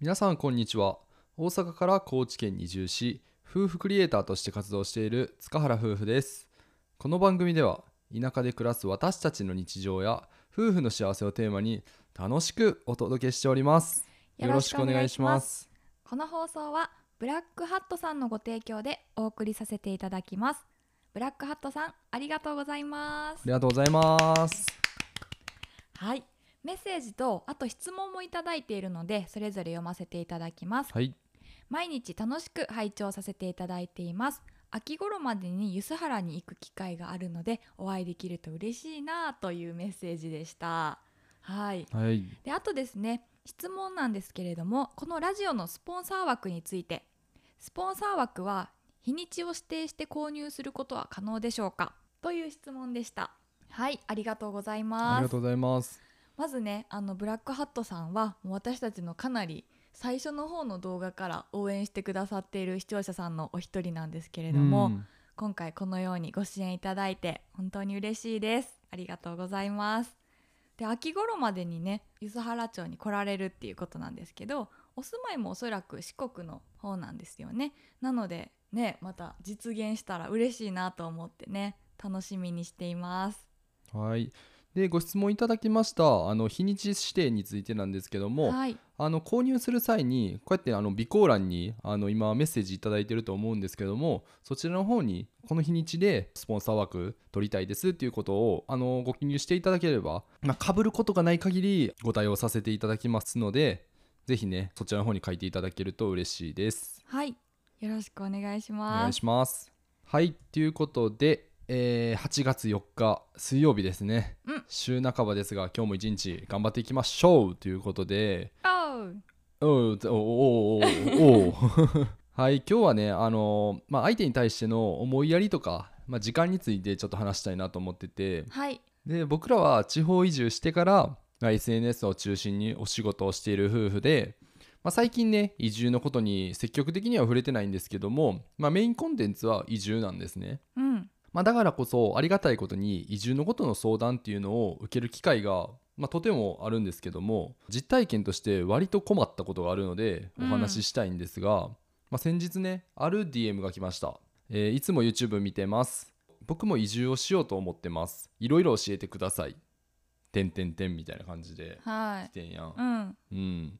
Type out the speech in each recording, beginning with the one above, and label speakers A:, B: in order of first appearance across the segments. A: 皆さんこんにちは大阪から高知県に移住し夫婦クリエイターとして活動している塚原夫婦ですこの番組では田舎で暮らす私たちの日常や夫婦の幸せをテーマに楽しくお届けしておりますよろしくお願いします
B: この放送はブラックハットさんのご提供でお送りさせていただきますブラックハットさんありがとうございま
A: あ
B: す
A: りがとうございます
B: はいメッセージとあと質問もいただいているのでそれぞれ読ませていただきます
A: はい
B: 毎日楽しく拝聴させていただいています秋頃までに梼原に行く機会があるのでお会いできると嬉しいなというメッセージでしたはい
A: はい
B: であとですね質問なんですけれどもこのラジオのスポンサー枠についてスポンサー枠は日にちを指定して購入することは可能でしょうかという質問でしたはいありがとうござい
A: あり
B: ま
A: が
B: す
A: とうございます
B: まずねあのブラックハットさんはもう私たちのかなり最初の方の動画から応援してくださっている視聴者さんのお一人なんですけれども、
A: うん
B: 今回このようにご支援いただいて本当に嬉しいですありがとうございますで秋頃までにね梼原町に来られるっていうことなんですけどお住まいもおそらく四国の方なんですよねなのでねまた実現したら嬉しいなと思ってね楽しみにしています
A: はいでご質問いただきましたあの日にち指定についてなんですけども、
B: はい
A: あの購入する際にこうやってあの備考欄にあの今メッセージ頂いただいてると思うんですけどもそちらの方にこの日にちでスポンサー枠取りたいですっていうことをあのご記入していただければまあ、被ることがない限りご対応させていただきますのでぜひねそちらの方に書いていただけると嬉しいです。
B: はいよろしくお願いし
A: お
B: ます
A: 願いしますはいということで、えー8月4日水曜日ですね、
B: うん
A: 週半ばですが今日も一日頑張っていきましょうということで
B: おう
A: おうおうおうおうおうはい今日はねあのまあ、相手に対しての思いやりとか、まあ、時間についてちょっと話したいなと思ってて
B: はい
A: で僕らは地方移住してから、まあ SNS を中心にお仕事をしている夫婦で、まあ、最近ね移住のことに積極的には触れてないんですけども、まあ、メインコンテンツは移住なんですね、
B: うん
A: まあ、だからこそありがたいことに移住のことの相談っていうのを受ける機会が、まあ、とてもあるんですけども実体験として割と困ったことがあるのでお
B: うん
A: 話ししたいんですが、まあ、先日ねある DM が来ました、えーいつも YouTube 見てます僕も移住をしようと思ってますいろいろ教えてください」てんてんてんみたいな感じで
B: は
A: 来てんや、
B: いうんん
A: うん、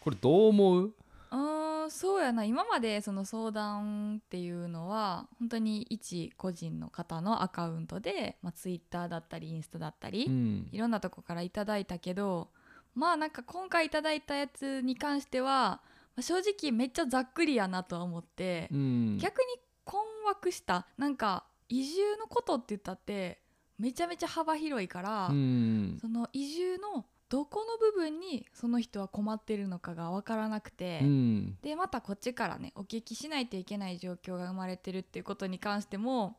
A: これどう思う
B: うーんそうやな今までその相談っていうのは本当に一個人の方のアカウントで、まあ、Twitter だったりインスタだったり、
A: うん
B: いろんなとこからいただいたけどまあなんか今回いただいたやつに関しては、まあ正直めっちゃざっくりやなとは思って、
A: うん
B: 逆に困惑したなんか移住のことって言ったってめちゃめちゃ幅広いから、
A: うん
B: その移住のどこの部分にその人は困ってるのかが分からなくて。
A: うん
B: でまたこっちからねお聞きしないといけない状況が生まれてるっていうことに関しても、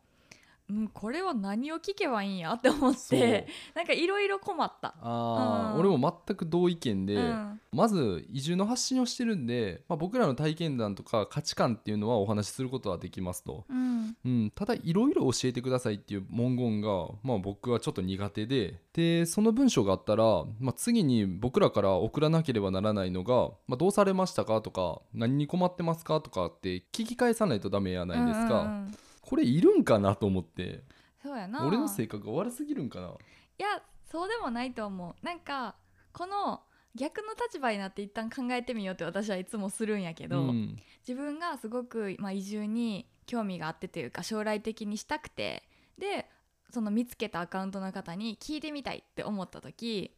B: うん、これは何を聞けばいいんやって思っ
A: そう
B: てなんかいろいろ困った。
A: あー
B: うん
A: 俺も全く同意見で、
B: うん
A: まず移住の発信をしてるんで、まあ、僕らの体験談とか価値観っていうのはお話しすることはできますと、
B: うん
A: うん、ただいろいろ教えてくださいっていう文言が、まあ、僕はちょっと苦手ででその文章があったら、まあ、次に僕らから送らなければならないのが、まあ、どうされましたかとか何に困ってますかとかって聞き返さないとダメやないですか、
B: うんうんうん
A: これいるんかなと思って
B: そうやな
A: 俺の性格が悪すぎるんかない
B: やそうでもないと思うなんかこの逆の立場になって一旦考えてみようって私はいつもするんやけど、
A: うん
B: 自分がすごく、まあ、移住に興味があってというか将来的にしたくてでその見つけたアカウントの方に聞いてみたいって思った時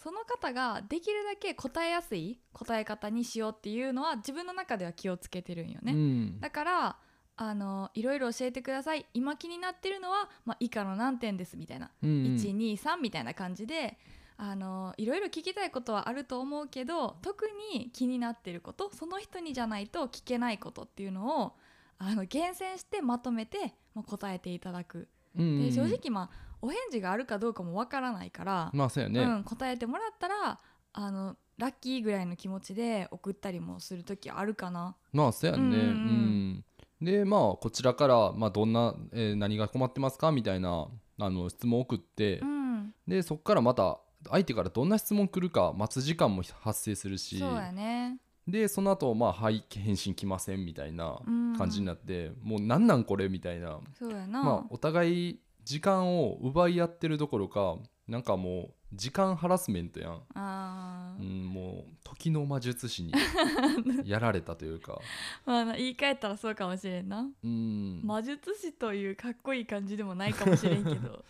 B: その方ができるだけ答えやすい答え方にしようっていうのは自分の中では気をつけてるんよ
A: う
B: ね。
A: ん
B: だからあのいろいろ教えてください今気になってるのは、まあ、以下の何点ですみたいな
A: うんうん
B: 123みたいな感じであのいろいろ聞きたいことはあると思うけど特に気になってることその人にじゃないと聞けないことっていうのをあの厳選してまとめて、まあ、答えていただく、
A: うんうん
B: で正直まあお返事があるかどうかもわからないから、
A: まあそうやね、
B: うん、答えてもらったらあのラッキーぐらいの気持ちで送ったりもする時あるかな。
A: まあそうやんね、う
B: うんんうん
A: でまあこちらから、まあ、どんな、えー何が困ってますかみたいなあの質問を送って、
B: うん、
A: でそこからまた相手からどんな質問来るか待つ時間も発生するし
B: そうやね
A: でその後まあはい返信来ませんみたいな感じになって、もうなんなんこれみたいな
B: そうやな、
A: まあ、お互い時間を奪い合ってるどころかなんかもう時間ハラスメントやん、
B: あ
A: う
B: ー
A: ん、もう時の魔術 師にやられたというか
B: まあな言い換えたらそうかもしれんな
A: うん、
B: 魔術師というかっこいい感じでもないかもしれんけど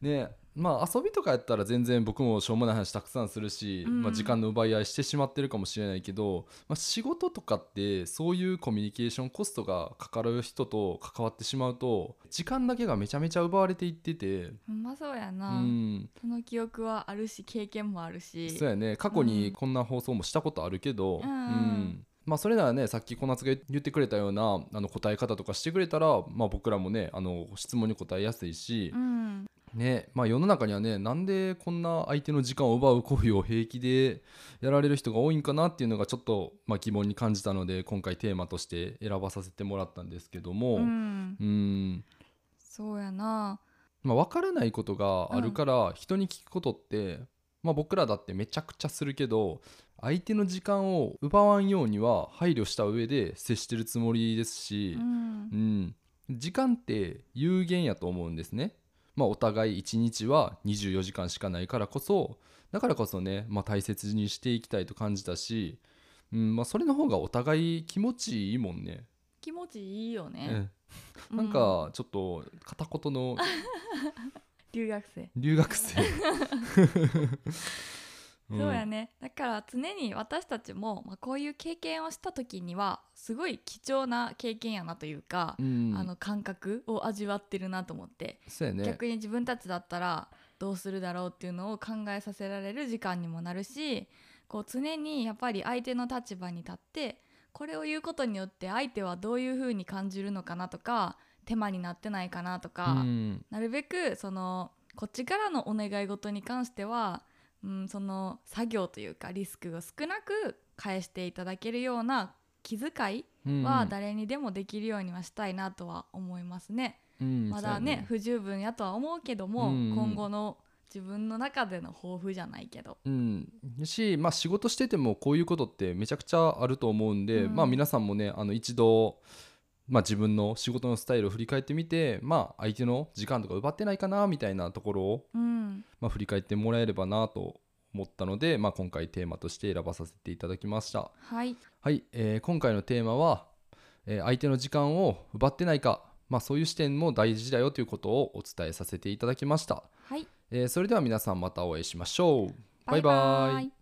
A: ねまあ遊びとかやったら全然僕もしょうもない話たくさんするし、
B: うん
A: まあ、時間の奪い合いしてしまってるかもしれないけど、まあ、仕事とかってそういうコミュニケーションコストがかかる人と関わってしまうと時間だけがめちゃめちゃ奪われていってて、
B: ほんまそうや
A: う
B: な、
A: ん、
B: その記憶はあるし経験もあるし
A: そうやね過去
B: うん
A: にこんな放送もしたことあるけど、
B: うん
A: まあ、それならねさっき小夏が言ってくれたようなあの答え方とかしてくれたら、まあ、僕らもねあの質問に答えやすいし
B: う、ん
A: ねまあ、世の中にはねなんでこんな相手の時間を奪う行為を平気でやられる人が多いんかなっていうのがちょっと、まあ、疑問に感じたので今回テーマとして選ばさせてもらったんですけども。
B: うん
A: うん
B: そうやな
A: まあ、分からないことがあるから人に聞くことって、まあ、僕らだってめちゃくちゃするけど相手の時間を奪わんようには配慮した上で接してるつもりです
B: う
A: し、
B: ん
A: うん時間って有限やと思うんですね。まあ、お互い1日は24時間しかないからこそだからこそね、まあ、大切にしていきたいと感じたし、うんまあ、それの方がお互い気持ちいいもんね。
B: 気持ちいいよね、
A: ええなん
B: う
A: かちょっと片言の
B: 留学生
A: 留学生 ん
B: そうやね、だから常に私たちも、まあ、こういう経験をした時にはすごい貴重な経験やなというか
A: う、ん
B: あの感覚を味わってるなと思って、
A: そうやね
B: 逆に自分たちだったらどうするだろうっていうのを考えさせられる時間にもなるしこう常にやっぱり相手の立場に立ってこれを言うことによって相手はどういうふうに感じるのかなとか手間になってないかなとか、
A: うん
B: なるべくそのこっちからのお願い事に関しては、うん、その作業というかリスクが少なく返していただけるような気遣い
A: うん
B: は誰にでもできるようにはしたいなとは思いますね。
A: うん
B: まだね不十分やとは思うけども、
A: うんうん
B: 今後の自分の中での抱負じゃないけど。
A: そうやねうんしまあ仕事しててもこういうことってめちゃくちゃあると思うんで、
B: うん
A: まあ皆さんもねあの一度まあ自分の仕事のスタイルを振り返ってみてまあ相手の時間とか奪ってないかなみたいなところを、
B: うん、
A: まあ、振り返ってもらえればなと思ったので、まあ、今回テーマとして選ばさせていただきました。
B: はい、
A: はい、えー今回のテーマは、えー相手の時間を奪ってないか、まあ、そういう視点も大事だよということをお伝えさせていただきました、
B: はい、
A: えーそれでは皆さんまたお会いしましょうバイバイ
B: イ